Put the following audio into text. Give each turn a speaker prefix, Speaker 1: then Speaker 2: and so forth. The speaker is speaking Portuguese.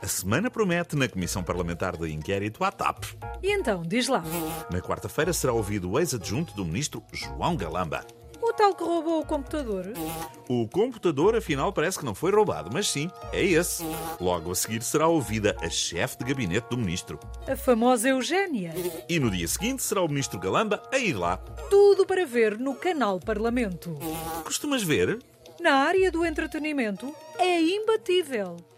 Speaker 1: A semana promete na Comissão Parlamentar de Inquérito à TAP.
Speaker 2: E então, diz lá,
Speaker 1: Na quarta-feira será ouvido o ex-adjunto do ministro João Galamba.
Speaker 2: o tal que roubou o computador?
Speaker 1: O computador, afinal, parece que não foi roubado, mas sim, é esse. Logo a seguir será ouvida a chefe de gabinete do ministro.
Speaker 2: A famosa Eugénia.
Speaker 1: E no dia seguinte será o ministro Galamba a ir lá.
Speaker 2: Tudo para ver no canal Parlamento.
Speaker 1: Costumas ver?
Speaker 2: Na área do entretenimento, é imbatível.